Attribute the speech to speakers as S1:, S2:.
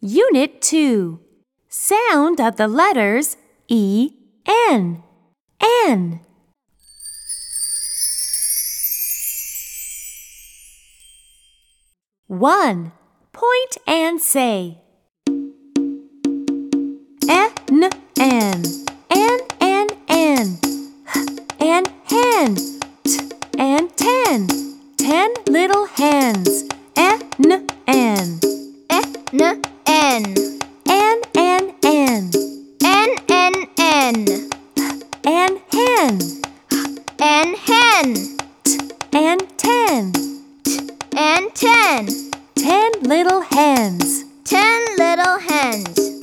S1: Unit 2 Sound of the letters E, N, N. One. Point and say. N, N, N, N, N. N, hen. T, and ten. Ten little hens. N, N.
S2: N N
S1: N, N, N.
S2: N N N
S1: And hen.
S2: N hen
S1: And ten.
S2: and ten
S1: Ten little hens.
S2: ten little hens